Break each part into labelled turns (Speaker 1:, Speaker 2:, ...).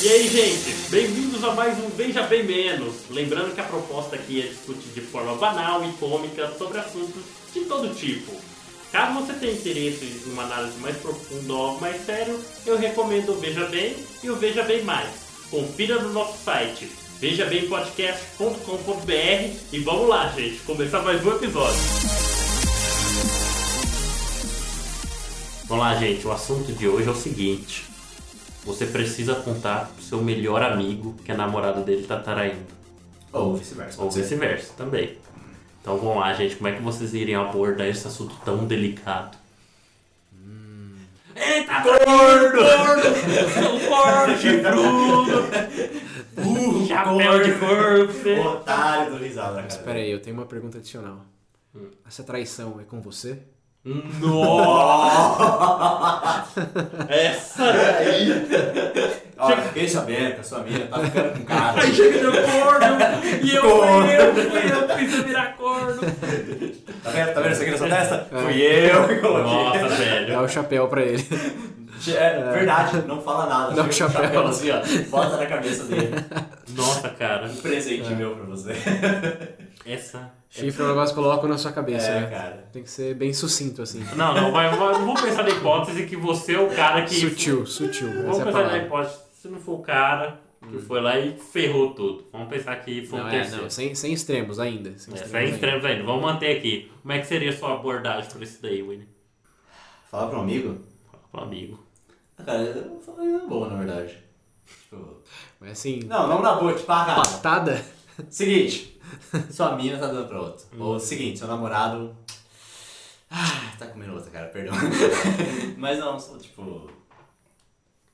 Speaker 1: E aí, gente, bem-vindos a mais um Veja Bem Menos. Lembrando que a proposta aqui é discutir de forma banal e cômica sobre assuntos de todo tipo. Caso você tenha interesse em uma análise mais profunda ou algo mais sério, eu recomendo o Veja Bem e o Veja Bem Mais. Confira no nosso site vejabempodcast.com.br e vamos lá, gente, começar mais um episódio. Vamos lá, gente, o assunto de hoje é o seguinte. Você precisa contar pro seu melhor amigo que a namorada dele tá traindo.
Speaker 2: Ou vice-versa.
Speaker 1: Ou
Speaker 2: pode ser.
Speaker 1: vice-versa também. Então vamos lá, gente. Como é que vocês iriam abordar esse assunto tão delicado? Eita, Hum. tá gordo! Gordo! gordo de bruno!
Speaker 2: Burro,
Speaker 1: Chapéu de gordo! você.
Speaker 2: gordo, Otário do risada, cara.
Speaker 3: Mas pera aí, eu tenho uma pergunta adicional.
Speaker 2: Hum.
Speaker 3: Essa traição é com você?
Speaker 1: Nossa! Essa!
Speaker 2: Aí. Ó, fiquei sabendo, a sua amiga tá ficando com cara.
Speaker 1: Aí chega de corno! E eu fui eu, fui eu que fiz virar corno!
Speaker 2: Tá vendo? Tá vendo isso aqui na sua testa? Fui eu que coloquei.
Speaker 1: Nossa, velho!
Speaker 3: Dá o chapéu pra ele.
Speaker 2: É, verdade, não fala nada.
Speaker 3: Dá um
Speaker 2: Chega com o
Speaker 3: chapéu.
Speaker 2: assim, ó. Bota na cabeça dele.
Speaker 1: Nossa, cara!
Speaker 2: Um presente meu pra você.
Speaker 1: Essa.
Speaker 3: Chifre é um negócio que colocam na sua cabeça,
Speaker 2: É,
Speaker 3: né?
Speaker 2: cara. é
Speaker 3: Tem que ser bem sucinto, assim.
Speaker 1: Não, não, vai, vai, não vou pensar na hipótese que você é o cara que.
Speaker 3: Sutil, sutil.
Speaker 1: Vamos
Speaker 3: Essa é a
Speaker 1: pensar na
Speaker 3: palavra.
Speaker 1: hipótese, se não for o cara que foi lá e ferrou tudo. Vamos pensar que foi o
Speaker 3: Não, é,
Speaker 1: terceiro.
Speaker 3: não, sem, sem extremos ainda. Sem
Speaker 1: É,
Speaker 3: extremos
Speaker 1: Sem
Speaker 3: ainda.
Speaker 1: extremos ainda. Vamos manter aqui. Como é que seria a sua abordagem por isso daí, Winnie?
Speaker 2: Fala pra um amigo?
Speaker 1: Fala pro amigo.
Speaker 2: Ah, Cara, eu falei na boa, na verdade. Tipo.
Speaker 3: Mas assim,
Speaker 2: Não, não na boa, tipo, ah, cara.
Speaker 3: patada? Tá
Speaker 2: Seguinte, sua mina tá dando pra outra.
Speaker 1: Hum.
Speaker 2: Ou seguinte, seu namorado. Ah, tá comendo outra, cara, perdão. Mas não, só tipo.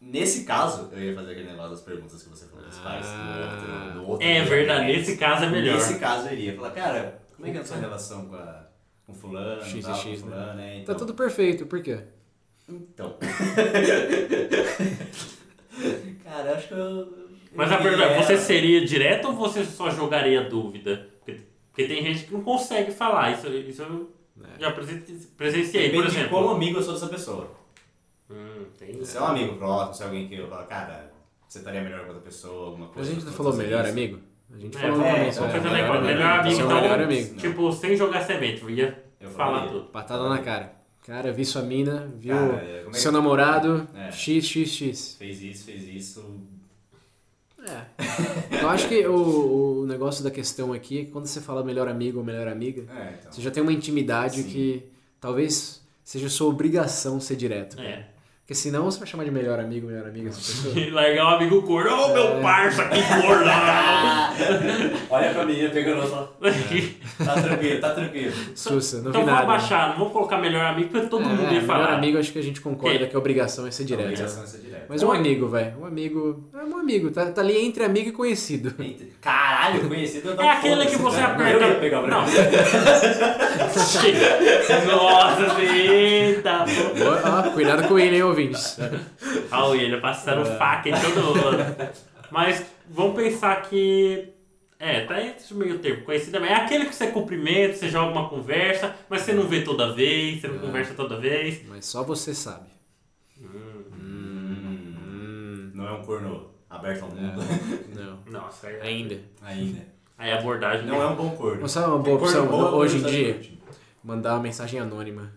Speaker 2: Nesse caso, eu ia fazer aquele negócio das perguntas que você falou dos pais, do outro, do outro.
Speaker 1: É verdade, nesse caso é melhor.
Speaker 2: Nesse caso eu iria falar, cara, como é que é a sua relação com a. Com fulano,
Speaker 3: X e
Speaker 2: tal,
Speaker 3: X,
Speaker 2: com fulano, né?
Speaker 3: Tá
Speaker 2: Então,
Speaker 3: tudo perfeito, por quê?
Speaker 2: então. cara, eu acho que eu.
Speaker 1: Mas a
Speaker 2: eu
Speaker 1: verdade,
Speaker 2: iria-
Speaker 1: você
Speaker 3: é.
Speaker 1: seria direto ou você só jogaria a dúvida? Porque, porque tem gente que não consegue falar. Isso, isso eu
Speaker 3: É.
Speaker 1: já presen- presenciei, por
Speaker 2: Depende de quão
Speaker 1: exemplo.
Speaker 2: amigo eu sou dessa pessoa.
Speaker 1: Hum, tem
Speaker 2: Se é um amigo próximo, se é alguém que eu falo, cara, você estaria melhor com outra pessoa, alguma
Speaker 3: A
Speaker 2: coisa.
Speaker 3: gente não
Speaker 2: outra
Speaker 3: falou
Speaker 2: coisa
Speaker 3: melhor
Speaker 2: assim.
Speaker 3: amigo? A gente
Speaker 1: É,
Speaker 3: falou no
Speaker 2: é,
Speaker 3: começo.
Speaker 2: vamos
Speaker 3: né?
Speaker 2: fazer melhor,
Speaker 3: melhor amigo.
Speaker 2: melhor amigo,
Speaker 3: Seu
Speaker 2: então-
Speaker 3: melhor amigo.
Speaker 1: Tipo, sem jogar semente, eu ia
Speaker 2: Eu
Speaker 1: falar
Speaker 2: falaria.
Speaker 1: tudo.
Speaker 3: Patada na cara. Cara, vi sua mina, viu
Speaker 2: Cara, é, como é que-
Speaker 3: seu namorado,
Speaker 2: É.
Speaker 3: x, x, x.
Speaker 2: Fez isso, fez isso.
Speaker 3: É. Eu acho que o, o negócio da questão aqui é que quando você fala melhor amigo ou melhor amiga,
Speaker 2: É, então.
Speaker 3: você já tem uma intimidade
Speaker 2: Sim.
Speaker 3: que talvez seja sua obrigação ser direto. né?
Speaker 1: É.
Speaker 3: Porque senão você vai chamar de melhor amigo, melhor amiga essa pessoa.
Speaker 1: E largar um amigo gordo. Ô,
Speaker 3: É.
Speaker 1: meu parça, que gordo!
Speaker 3: Ah!
Speaker 2: Olha pra menina pegando só. Tá tranquilo, tá tranquilo.
Speaker 3: É, Sussa, não
Speaker 1: então
Speaker 3: vi
Speaker 1: vamos
Speaker 3: nada. né?
Speaker 1: abaixar, não vamos colocar melhor amigo, porque todo
Speaker 3: É,
Speaker 1: mundo ia
Speaker 3: melhor
Speaker 1: falar.
Speaker 3: amigo, acho que a gente concorda
Speaker 1: Quem?
Speaker 3: que a obrigação é ser
Speaker 2: Direto.
Speaker 3: direto.
Speaker 2: Obrigação é ser direto.
Speaker 3: Mas um amigo, velho. Um amigo. É um amigo, tá, tá ali entre amigo e conhecido.
Speaker 2: Eita, Caralho, conhecido
Speaker 1: É aquele que você aperta.
Speaker 2: Eu ia pegar pra
Speaker 1: Não.
Speaker 2: mim.
Speaker 1: Nossa, eita! pô.
Speaker 3: Ó, ó, cuidado com ele, hein, ouvintes.
Speaker 1: Olha o William passando
Speaker 3: É.
Speaker 1: faca em todo mundo. Mas vamos pensar que. É, tá esse meio termo. Conhecido é aquele que você cumprimenta, você joga uma conversa, mas você não vê toda vez,
Speaker 3: É.
Speaker 1: você não conversa toda vez.
Speaker 3: Mas só você sabe.
Speaker 2: Não é um corno aberto ao mundo
Speaker 3: Não.
Speaker 1: Nossa, aí, é
Speaker 3: Ainda.
Speaker 2: ainda.
Speaker 1: aí a abordagem.
Speaker 2: Não é um bom corno.
Speaker 3: Não sabe É. uma boa opção
Speaker 2: Corno bom, tá
Speaker 3: hoje em
Speaker 1: né?
Speaker 2: corno
Speaker 3: dia?
Speaker 2: sabe corno.
Speaker 3: Mandar uma mensagem anônima.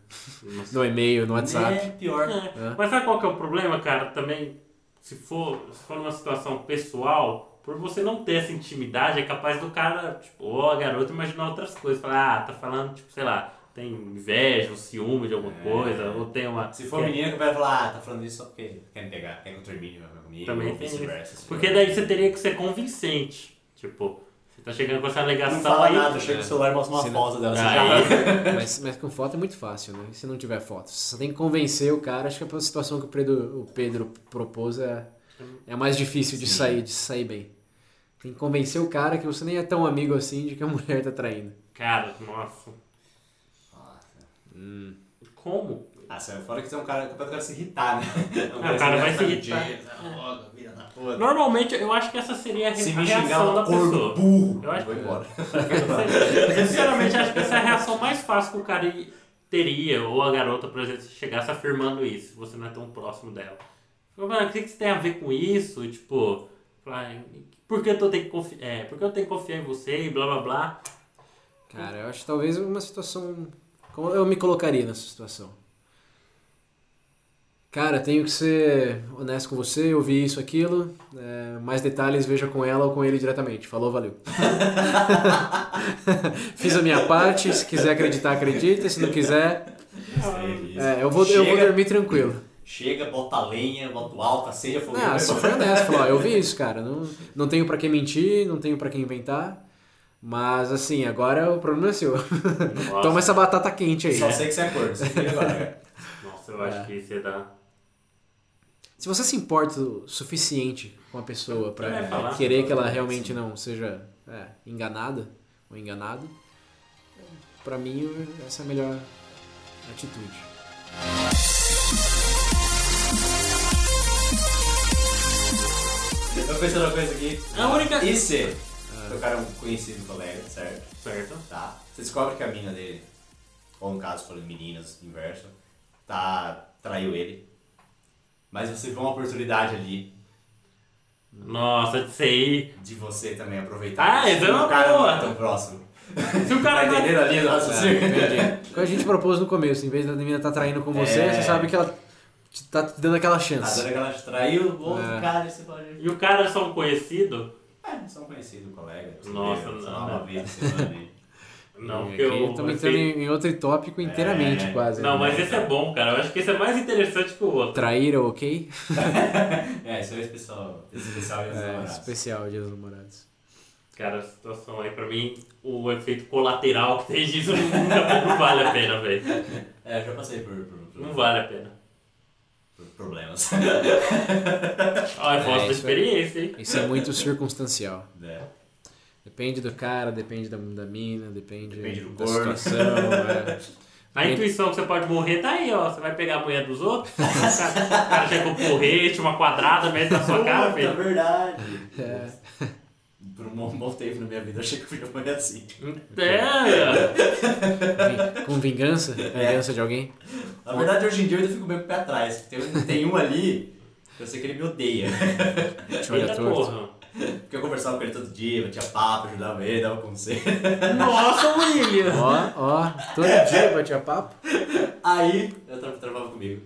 Speaker 3: No e-mail, no WhatsApp.
Speaker 2: um É pior.
Speaker 1: É. Mas sabe qual que é o problema, cara? Também, se for, se for numa situação pessoal, por você não ter essa intimidade, é capaz do cara, tipo, ó, garoto, imaginar outras coisas. Falar, ah, tá falando, tipo, sei lá, tem inveja, um ciúme de alguma coisa, ou tem uma.
Speaker 2: É. Se for
Speaker 1: que- é
Speaker 2: menina que vai falar, ah, tá falando isso só porque quer me pegar, quer que eu termine vai ficar comigo,
Speaker 1: Também
Speaker 2: ou
Speaker 1: tem
Speaker 2: vice-versa, assim."
Speaker 1: isso.
Speaker 2: se
Speaker 1: Porque
Speaker 2: for-
Speaker 1: daí você teria que ser convincente. Tipo, você tá chegando com essa alegação
Speaker 2: Não fala
Speaker 1: aí. tipo, "Ah, é,
Speaker 2: nada, chega no celular e mostra uma
Speaker 3: Se não-
Speaker 2: foto dela. Você
Speaker 1: Aí-
Speaker 2: já...
Speaker 3: Mas, mas com foto é muito fácil, né? E Se não tiver foto, você só tem que convencer o cara. Acho que a situação que o Pedro, o Pedro propôs é, é a mais difícil de sair, de sair bem. Tem que convencer o cara que você nem é tão amigo assim de que a mulher tá traindo.
Speaker 1: Cara, nossa. Como?
Speaker 2: Ah, saiu fora que tem um cara que o cara se irritar, né?
Speaker 1: Ah,
Speaker 2: um
Speaker 1: o cara vai se irritar. Normalmente, eu acho que essa seria a, re-
Speaker 2: Se
Speaker 1: a
Speaker 2: me xingar
Speaker 1: reação da
Speaker 2: um corno
Speaker 1: pessoa.
Speaker 2: burro,
Speaker 1: Eu acho
Speaker 2: vou
Speaker 1: que-
Speaker 2: embora.
Speaker 1: Sinceramente, acho que essa é a reação mais fácil que o cara teria, ou a garota, por exemplo, se chegasse afirmando isso, você não é tão próximo dela. Falei, mano, o que que você tem a ver com isso? Tipo, falei, por que eu, tô, tenho que confi- é, por que eu tenho que confiar em você e blá blá blá?
Speaker 3: Cara, eu acho que talvez uma situação. Como eu me colocaria nessa situação? Cara, tenho que ser honesto com você, eu vi isso, aquilo. é, mais detalhes veja com ela ou com ele diretamente. Falou, valeu. Fiz a minha parte, se quiser acreditar, acredita. Se não quiser,
Speaker 2: Isso, isso.
Speaker 3: é, eu, vou, eu vou
Speaker 2: Chega-
Speaker 3: dormir tranquilo.
Speaker 2: Chega, bota a lenha, bota o alto, acende a fogueira.
Speaker 3: Ah, só foi honesto, falou, ó, eu vi isso, cara. Não, não tenho pra quem mentir, não tenho pra quem inventar. Mas assim, agora o problema é seu.
Speaker 1: Nossa,
Speaker 3: Toma essa batata quente aí.
Speaker 2: Só sei que você é corno, você vira agora, cara.
Speaker 1: nossa eu acho
Speaker 3: É.
Speaker 1: que isso ia dar.
Speaker 3: Se você se importa o suficiente com a pessoa pra
Speaker 1: É, falar.
Speaker 3: querer que ela realmente não seja é, enganada ou enganado, pra mim essa é a melhor atitude.
Speaker 2: Eu pensei numa coisa aqui.
Speaker 1: A única-
Speaker 2: E se?
Speaker 3: Ah.
Speaker 2: Seu cara é um conhecido colega, certo?
Speaker 1: Certo?
Speaker 2: Tá. Você descobre que a mina dele, ou no caso foram meninas, inverso, tá. traiu ele. Mas você vê uma oportunidade ali
Speaker 1: Nossa, isso aí.
Speaker 2: de você também aproveitar.
Speaker 1: Ah,
Speaker 2: isso
Speaker 1: isso é uma
Speaker 2: o cara não
Speaker 1: boa.
Speaker 2: é tão próximo.
Speaker 1: Se o
Speaker 2: Tá
Speaker 1: cara não- é
Speaker 2: entendendo ali o raciocínio?
Speaker 3: O que a gente propôs no começo, em vez da menina tá traindo com você,
Speaker 2: É.
Speaker 3: você sabe que ela te- tá te dando aquela
Speaker 2: A
Speaker 3: chance.
Speaker 2: dona que ela te traiu, o outro
Speaker 3: É.
Speaker 2: cara, e você fala, gente.
Speaker 1: E o cara é só um conhecido?
Speaker 2: É, são conhecidos, colega. você
Speaker 1: Nossa,
Speaker 2: vê,
Speaker 1: não, né?
Speaker 2: sei lá, uma
Speaker 1: não.
Speaker 2: vez por semana aí.
Speaker 1: Não,
Speaker 3: É,
Speaker 1: porque
Speaker 3: que né?
Speaker 1: eu.
Speaker 3: Estamos
Speaker 1: eu
Speaker 3: entrando
Speaker 1: sei-
Speaker 3: em em outro tópico inteiramente,
Speaker 2: É.
Speaker 3: quase.
Speaker 1: Não, mas esse é bom, cara. Eu acho que esse é mais interessante que o outro.
Speaker 3: Traíra, ok?
Speaker 2: É, isso é o especial. Esse especial é,
Speaker 3: É,
Speaker 2: namorados.
Speaker 3: especial Dia dos Namorados.
Speaker 1: Cara, a situação aí, pra mim, o efeito colateral que tem disso nunca- não vale a pena, velho.
Speaker 2: É, eu já passei por, por- por-
Speaker 1: Não vale a pena.
Speaker 2: por problemas.
Speaker 1: Ó, eu
Speaker 3: É,
Speaker 1: posso da
Speaker 3: isso aí.
Speaker 1: experiência, hein?
Speaker 3: Isso é muito circunstancial.
Speaker 2: né?
Speaker 3: Depende do cara, depende da, da mina, depende,
Speaker 2: Depende do
Speaker 3: da
Speaker 2: corno.
Speaker 3: situação. é.
Speaker 1: A
Speaker 3: Ele-
Speaker 1: intuição que você pode morrer tá aí, ó. Você vai pegar a mulher dos outros, o cara o cara chega com um porrete, uma quadrada, mete na sua cara,
Speaker 2: É
Speaker 1: velho.
Speaker 2: verdade.
Speaker 3: É.
Speaker 2: Por um bom, bom tempo na minha vida eu achei que eu podia morrer assim.
Speaker 1: É,
Speaker 3: Vin- Com vingança?
Speaker 2: É.
Speaker 3: Vingança de alguém?
Speaker 2: Na verdade, hoje em dia eu ainda fico meio com o pé atrás. Tem, um- tem um ali que eu sei que ele me odeia.
Speaker 3: Te olha
Speaker 2: tá
Speaker 1: eita
Speaker 3: torto.
Speaker 1: porra.
Speaker 2: Porque eu conversava com ele todo dia, batia papo, ajudava ele, dava conselho.
Speaker 1: Nossa, William!
Speaker 3: Ó, ó, todo
Speaker 2: É.
Speaker 3: dia batia papo.
Speaker 2: Aí, eu tra trabalhava comigo.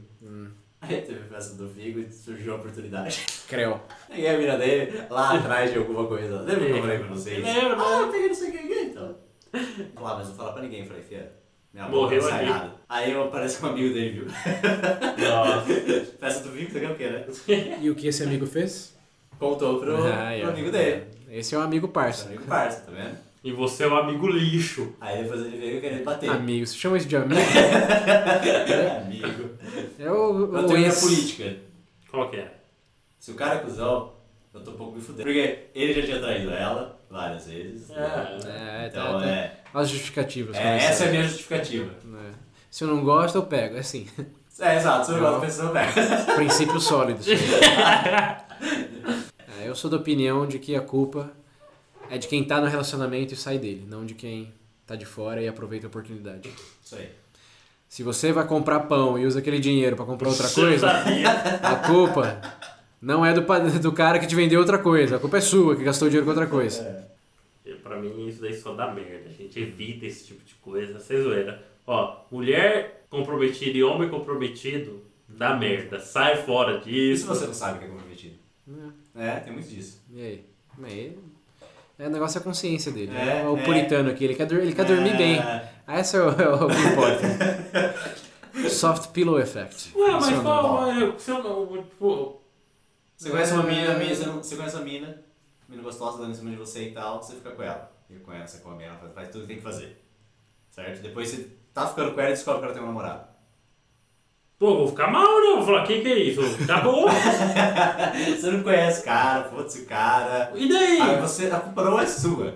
Speaker 2: Aí teve a festa do Figo e surgiu a oportunidade.
Speaker 3: Creu.
Speaker 2: Peguei a mina dele lá atrás de alguma coisa. Lembra que eu falei pra vocês?
Speaker 1: Lembro,
Speaker 2: Ah, eu peguei não sei quem, quem, então. Falar, mas não falar pra ninguém. Falei, fia, minha
Speaker 1: Morreu
Speaker 2: boca não sai
Speaker 1: aqui.
Speaker 2: nada. Aí eu aparece com um amigo dele, viu?
Speaker 1: Nossa.
Speaker 2: Festa do Figo, você quer o quê, né?
Speaker 3: E o que esse amigo fez?
Speaker 2: Contou pro,
Speaker 3: Ah,
Speaker 2: pro
Speaker 3: é.
Speaker 2: amigo dele.
Speaker 3: Esse é um amigo
Speaker 2: Seu
Speaker 3: parça.
Speaker 2: amigo parça, tá vendo?
Speaker 1: E você é um amigo lixo.
Speaker 2: Aí depois ele veio querendo bater.
Speaker 3: Amigo, se chama isso de amigo?
Speaker 2: Amigo.
Speaker 3: É Ah, o,
Speaker 2: Eu
Speaker 3: o
Speaker 2: tenho minha
Speaker 3: ex.
Speaker 2: política.
Speaker 1: Qual que é?
Speaker 2: Se o cara é cuzão, eu tô um pouco me fudendo. Porque ele já tinha traído ela várias vezes. né?
Speaker 1: É.
Speaker 3: É, tá,
Speaker 2: Então
Speaker 3: tá.
Speaker 2: é,
Speaker 3: As justificativas.
Speaker 2: é,
Speaker 3: começaram.
Speaker 2: essa é a minha justificativa.
Speaker 3: É. Se eu não gosto, eu pego. É assim.
Speaker 2: É, exato, se eu
Speaker 3: Não.
Speaker 2: gosto da pessoa, pega.
Speaker 3: Princípios sólidos. É, eu sou da opinião de que a culpa é de quem tá no relacionamento e sai dele, não de quem tá de fora e aproveita a oportunidade.
Speaker 2: Isso aí.
Speaker 3: Se você vai comprar pão e usa aquele dinheiro pra comprar outra
Speaker 1: Eu
Speaker 3: coisa,
Speaker 1: sabia.
Speaker 3: a culpa não é do, pa- do cara que te vendeu outra coisa, a culpa é sua que gastou dinheiro com outra coisa.
Speaker 2: É.
Speaker 1: Pra mim, isso daí só dá merda. A gente evita esse tipo de coisa. Sem zoeira. Ó, mulher comprometida e homem comprometido dá merda. Sai fora
Speaker 2: E se
Speaker 1: disso.
Speaker 2: você não sabe o que é comprometido? É, tem muito disso.
Speaker 3: E aí? Mas aí, É, o negócio é a consciência dele.
Speaker 2: É,
Speaker 3: É, o
Speaker 2: é.
Speaker 3: puritano aqui, ele quer, dur- ele quer dormir
Speaker 2: É.
Speaker 3: bem. Ah, esse é o, é o que importa. Soft pillow effect.
Speaker 1: Ué, mas
Speaker 3: Funciona.
Speaker 1: qual. é, Se eu não. Tipo,
Speaker 2: Você conhece uma mina, mina- você, não- você conhece uma mina, mina gostosa dando em cima de você e tal, você fica com ela. Fica com ela, você come ela, faz, faz tudo que tem que fazer. Certo? Depois você tá ficando com ela e descobre que ela tem um namorado.
Speaker 1: pô, vou ficar mal, né? Vou falar, que que é isso? Acabou.
Speaker 2: Você não conhece o cara, foda-se o cara.
Speaker 1: E daí?
Speaker 2: Aí você, a culpa não é sua.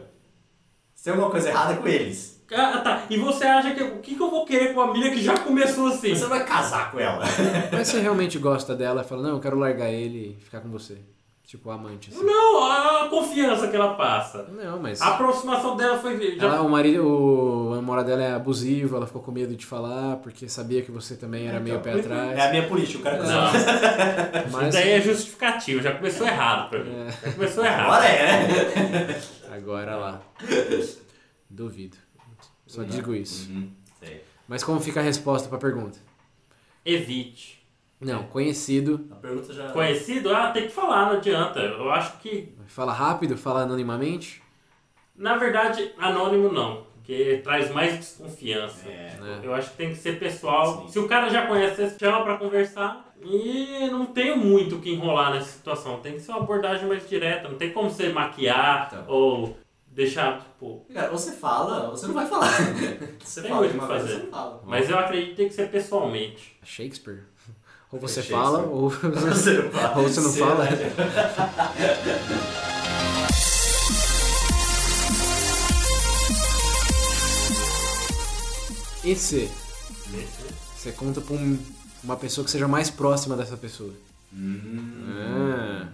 Speaker 2: Se tem alguma coisa errada é com eles.
Speaker 1: Ah, tá. E você acha que. O que, que eu vou querer com uma mina que já começou assim?
Speaker 2: Você não vai casar com ela.
Speaker 3: Mas você realmente gosta dela e fala, não, eu quero largar ele e ficar com você. Tipo, amante, assim.
Speaker 1: Não, a confiança que ela passa.
Speaker 3: Não, mas.
Speaker 1: A aproximação dela foi. Ah, já-
Speaker 3: Ela, o marido, o namorada dela é abusiva, ela ficou com medo de falar, porque sabia que você também era meio pé
Speaker 2: É a
Speaker 3: atrás.
Speaker 2: minha política, o cara que
Speaker 1: Não,
Speaker 3: Mas
Speaker 1: isso daí Então. é justificativo, já começou errado pra mim. Já começou errado.
Speaker 2: um Agora é, né?
Speaker 3: É, agora lá. Duvido. Só digo isso.
Speaker 2: Uhum, sei.
Speaker 3: Mas como fica a resposta pra pergunta?
Speaker 1: Evite.
Speaker 3: Não, conhecido.
Speaker 2: A pergunta já.
Speaker 1: Conhecido? Ah, tem que falar, não adianta. Eu acho que,
Speaker 3: Fala rápido, fala anonimamente.
Speaker 1: na verdade, anônimo não. Porque traz mais desconfiança.
Speaker 2: É.
Speaker 3: Né?
Speaker 1: Eu acho que tem que ser pessoal.
Speaker 2: Sim.
Speaker 1: Se o cara já conhece, você chama pra conversar. E não tem muito o que enrolar nessa situação. Tem que ser uma abordagem mais direta. Não tem como você maquiar
Speaker 2: Tá.
Speaker 1: ou deixar, tipo.
Speaker 2: É. Cara, ou você fala, ou você não vai falar. Você
Speaker 1: Tem
Speaker 2: fala
Speaker 1: muito
Speaker 2: de uma
Speaker 1: o que
Speaker 2: vez,
Speaker 1: fazer.
Speaker 2: você não fala.
Speaker 1: Mas eu acredito que tem que ser pessoalmente.
Speaker 3: Shakespeare. Ou você
Speaker 2: Shakespeare.
Speaker 3: fala, ou você
Speaker 2: Você não fala.
Speaker 3: Ou você é não fala. E se você conta pra um- uma pessoa que seja mais próxima dessa pessoa? Ah,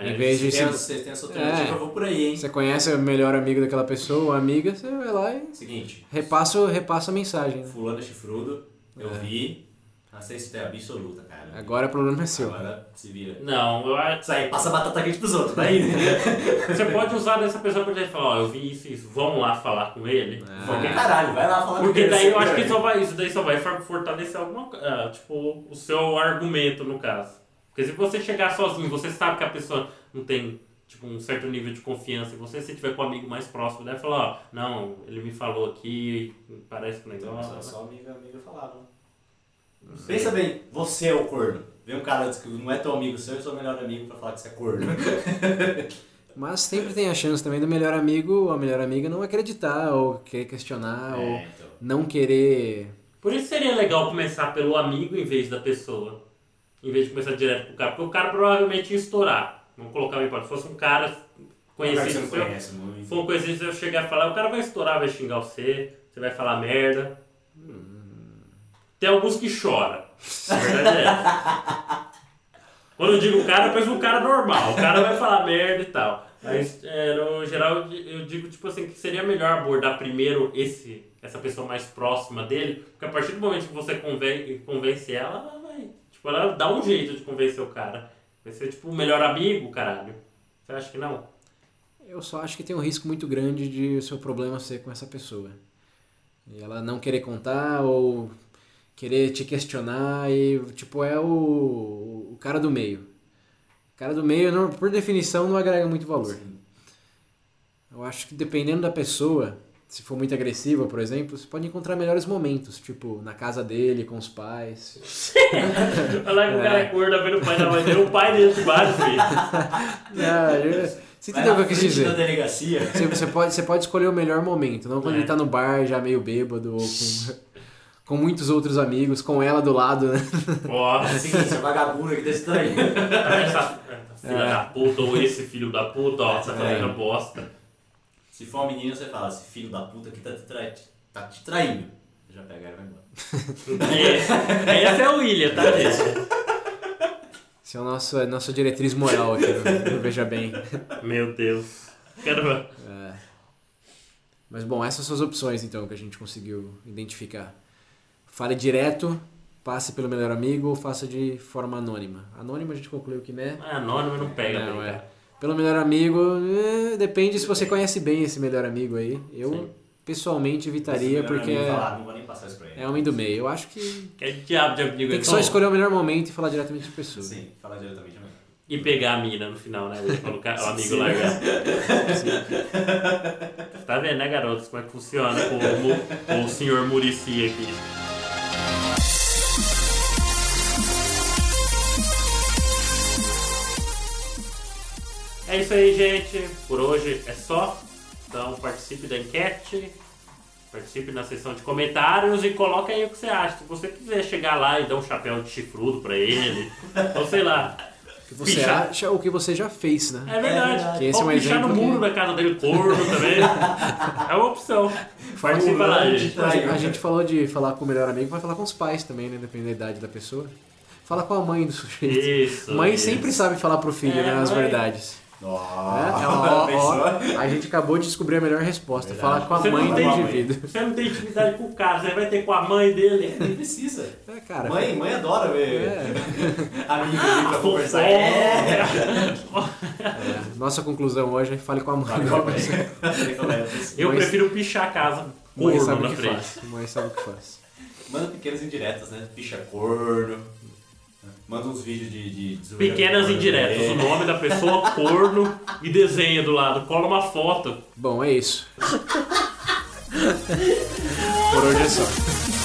Speaker 1: É,
Speaker 3: Em vez de
Speaker 2: Tem a-
Speaker 3: se
Speaker 2: Você tem a sua alternativa,
Speaker 3: É.
Speaker 2: eu vou por aí, hein?
Speaker 3: você conhece o melhor amigo daquela pessoa, ou amiga, você vai lá e
Speaker 2: Seguinte,
Speaker 3: repassa, o- repassa a mensagem. né?
Speaker 2: fulano é chifrudo, eu
Speaker 3: É.
Speaker 2: vi, a sexta é absoluta, cara.
Speaker 3: Agora o problema é seu.
Speaker 2: Agora se vira.
Speaker 1: Não, eu acho.
Speaker 2: Isso aí, passa batata quente pros outros, daí, né?
Speaker 1: Você pode usar dessa pessoa pra dizer, falar, ó, eu vi isso, e isso, vamos lá falar com ele.
Speaker 2: Foi
Speaker 1: Porque-
Speaker 2: pra caralho, vai lá falar
Speaker 1: Porque
Speaker 2: com
Speaker 1: daí
Speaker 2: ele,
Speaker 1: eu acho que
Speaker 2: você-
Speaker 1: só vai, isso daí só vai for- fortalecer alguma co- ah, tipo, o seu argumento, no caso. Porque se você chegar sozinho, você sabe que a pessoa não tem, tipo, um certo nível de confiança em você, se tiver com um amigo mais próximo, daí falar, ó, não, ele me falou aqui, parece que o
Speaker 2: Então, só,
Speaker 1: negócio... assim.
Speaker 2: só amiga, amiga falava. Hum. Pensa bem, você é o corno. Vem um cara que não é teu amigo seu e seu melhor amigo pra falar que você é corno.
Speaker 3: Mas sempre tem a chance também do melhor amigo ou a melhor amiga não acreditar, ou querer
Speaker 2: É,
Speaker 3: questionar, ou
Speaker 2: então.
Speaker 3: não querer.
Speaker 1: Por isso seria legal começar pelo amigo em vez da pessoa. Em vez de começar direto pro cara. Porque o cara provavelmente ia estourar. Vamos colocar uma hipótese. Se fosse um cara
Speaker 2: Cara que você
Speaker 1: conhecido
Speaker 2: não
Speaker 1: seu,
Speaker 2: conhece muito.
Speaker 1: Se for uma coisa que eu chegar e falar, o cara vai estourar, vai xingar você, você vai falar merda. Tem alguns que choram. A verdade é essa. Quando eu digo cara, eu penso um cara normal. O cara vai falar merda e tal. Mas, é, no geral, eu di- eu digo, tipo assim, que seria melhor abordar primeiro esse, essa pessoa mais próxima dele, porque a partir do momento que você conven- convence ela, ela vai. Tipo, ela dá um jeito de convencer o cara. Vai ser, tipo, o melhor amigo, caralho. Você acha que não?
Speaker 3: Eu só acho que tem um risco muito grande de o seu problema ser com essa pessoa. E ela não querer contar ou querer te questionar e, tipo, é o, o cara do meio. O cara do meio, não- por definição, não agrega muito valor.
Speaker 2: Sim.
Speaker 3: Eu acho que dependendo da pessoa, se for muito agressiva, por exemplo, você pode encontrar melhores momentos, tipo, na casa dele, com os pais.
Speaker 1: Olha lá que o cara é gordo, tá vendo o pai da mãe dele, o pai dele de baixo, filho.
Speaker 3: É, eu- você
Speaker 2: Vai
Speaker 3: entendeu o que
Speaker 2: na
Speaker 3: eu quis
Speaker 2: frente
Speaker 3: dizer?
Speaker 2: da delegacia.
Speaker 3: Você, você pode, você pode escolher o melhor momento, não quando
Speaker 1: É.
Speaker 3: ele tá no bar já meio bêbado ou com, com muitos outros amigos, com ela do lado, né?
Speaker 1: Ó,
Speaker 2: Assim, essa vagabunda aqui desse tamanho.
Speaker 1: essa filha
Speaker 3: É.
Speaker 1: da puta, ou esse filho da puta, ó, tá fazendo
Speaker 2: É.
Speaker 1: bosta.
Speaker 2: Se for uma menina, você fala, esse filho da puta aqui tá te, trai- tá te traindo. Você Já pega ela e vai embora.
Speaker 1: Esse, esse é o William, tá, gente?
Speaker 3: Essa é a nossa, nossa diretriz moral aqui, no- no veja bem. É.
Speaker 1: Meu Deus. Caramba.
Speaker 3: Mas bom, essas são as opções então que a gente conseguiu identificar. Fale direto, passe pelo melhor amigo ou faça de forma anônima. Anônima a gente concluiu que né?
Speaker 1: Ah, anônimo não pega,
Speaker 3: Não,
Speaker 1: né?
Speaker 3: é. Pelo melhor amigo, eh, depende se você conhece bem esse melhor amigo aí. Eu
Speaker 1: Sim.
Speaker 3: pessoalmente evitaria
Speaker 2: Esse melhor
Speaker 3: porque
Speaker 2: amigo
Speaker 3: é-
Speaker 2: fala, "Ah, não vou nem passar isso pra ele.
Speaker 3: é homem do meio. Eu acho que
Speaker 1: Que diabo de amigo
Speaker 3: Tem
Speaker 1: é
Speaker 3: que só
Speaker 1: bom?
Speaker 3: escolher o melhor momento e falar diretamente com a pessoa.
Speaker 2: Sim, fala diretamente né? a mim.
Speaker 1: E pegar a mina no final, né? Quando o, cara, o amigo
Speaker 2: Sim.
Speaker 1: largar. Tá vendo, né, garotos? Como é que funciona com o, mu- com o senhor Murici aqui. É isso aí, gente. Por hoje é só. Então participe da enquete, participe na seção de comentários e coloque aí o que você acha. Se você quiser chegar lá e dar um chapéu de chifrudo pra ele, ou sei lá.
Speaker 3: O que você
Speaker 1: Pichar-
Speaker 3: acha ou o que você já fez, né?
Speaker 1: é
Speaker 2: verdade.
Speaker 1: verdade.
Speaker 3: Que esse é
Speaker 1: Ou
Speaker 3: um
Speaker 1: pichar no
Speaker 3: exemplo
Speaker 1: muro
Speaker 3: que-
Speaker 1: da casa dele, corno também. é uma opção. Participa lá,
Speaker 2: Fulano de
Speaker 1: gente.
Speaker 3: A,
Speaker 2: traiu,
Speaker 3: gente- a
Speaker 2: cara.
Speaker 3: gente falou de falar com o melhor amigo, mas falar com os pais também, né? Dependendo da idade da pessoa. Falar com a mãe do sujeito.
Speaker 1: Isso.
Speaker 3: mãe
Speaker 1: isso.
Speaker 3: sempre sabe falar pro filho,
Speaker 1: É,
Speaker 3: né? As
Speaker 1: mãe. Ah.
Speaker 3: verdades.
Speaker 2: Nossa,
Speaker 3: Né? É, ó, ó,
Speaker 2: pensou?
Speaker 3: a gente acabou de descobrir a melhor resposta.
Speaker 2: Verdade.
Speaker 3: Falar com a
Speaker 1: Você não
Speaker 3: mãe do
Speaker 1: tem-
Speaker 3: indivíduo.
Speaker 1: Você não tem intimidade com o cara, você vai ter com a mãe dele.
Speaker 2: Nem precisa.
Speaker 3: É, cara.
Speaker 2: Mãe, mãe adora ver
Speaker 3: É.
Speaker 2: amigos ali pra conversar.
Speaker 1: fofoca.
Speaker 2: É.
Speaker 3: É, Nossa conclusão hoje é fale com a mãe.
Speaker 2: Sabe qual é?
Speaker 1: Eu
Speaker 3: Mas-
Speaker 1: prefiro pichar a casa
Speaker 3: Mãe
Speaker 1: corno
Speaker 3: sabe o
Speaker 1: na
Speaker 3: que
Speaker 1: frente.
Speaker 3: faz. Mãe sabe o que faz.
Speaker 2: Manda pequenas indiretas, né? Picha corno. Manda uns vídeos de... de, de zoeira
Speaker 1: Pequenas
Speaker 2: corno,
Speaker 1: indiretas,
Speaker 2: né?
Speaker 1: o nome da pessoa, corno e desenha do lado. Cola uma foto.
Speaker 3: Bom, é isso. Por hoje é só.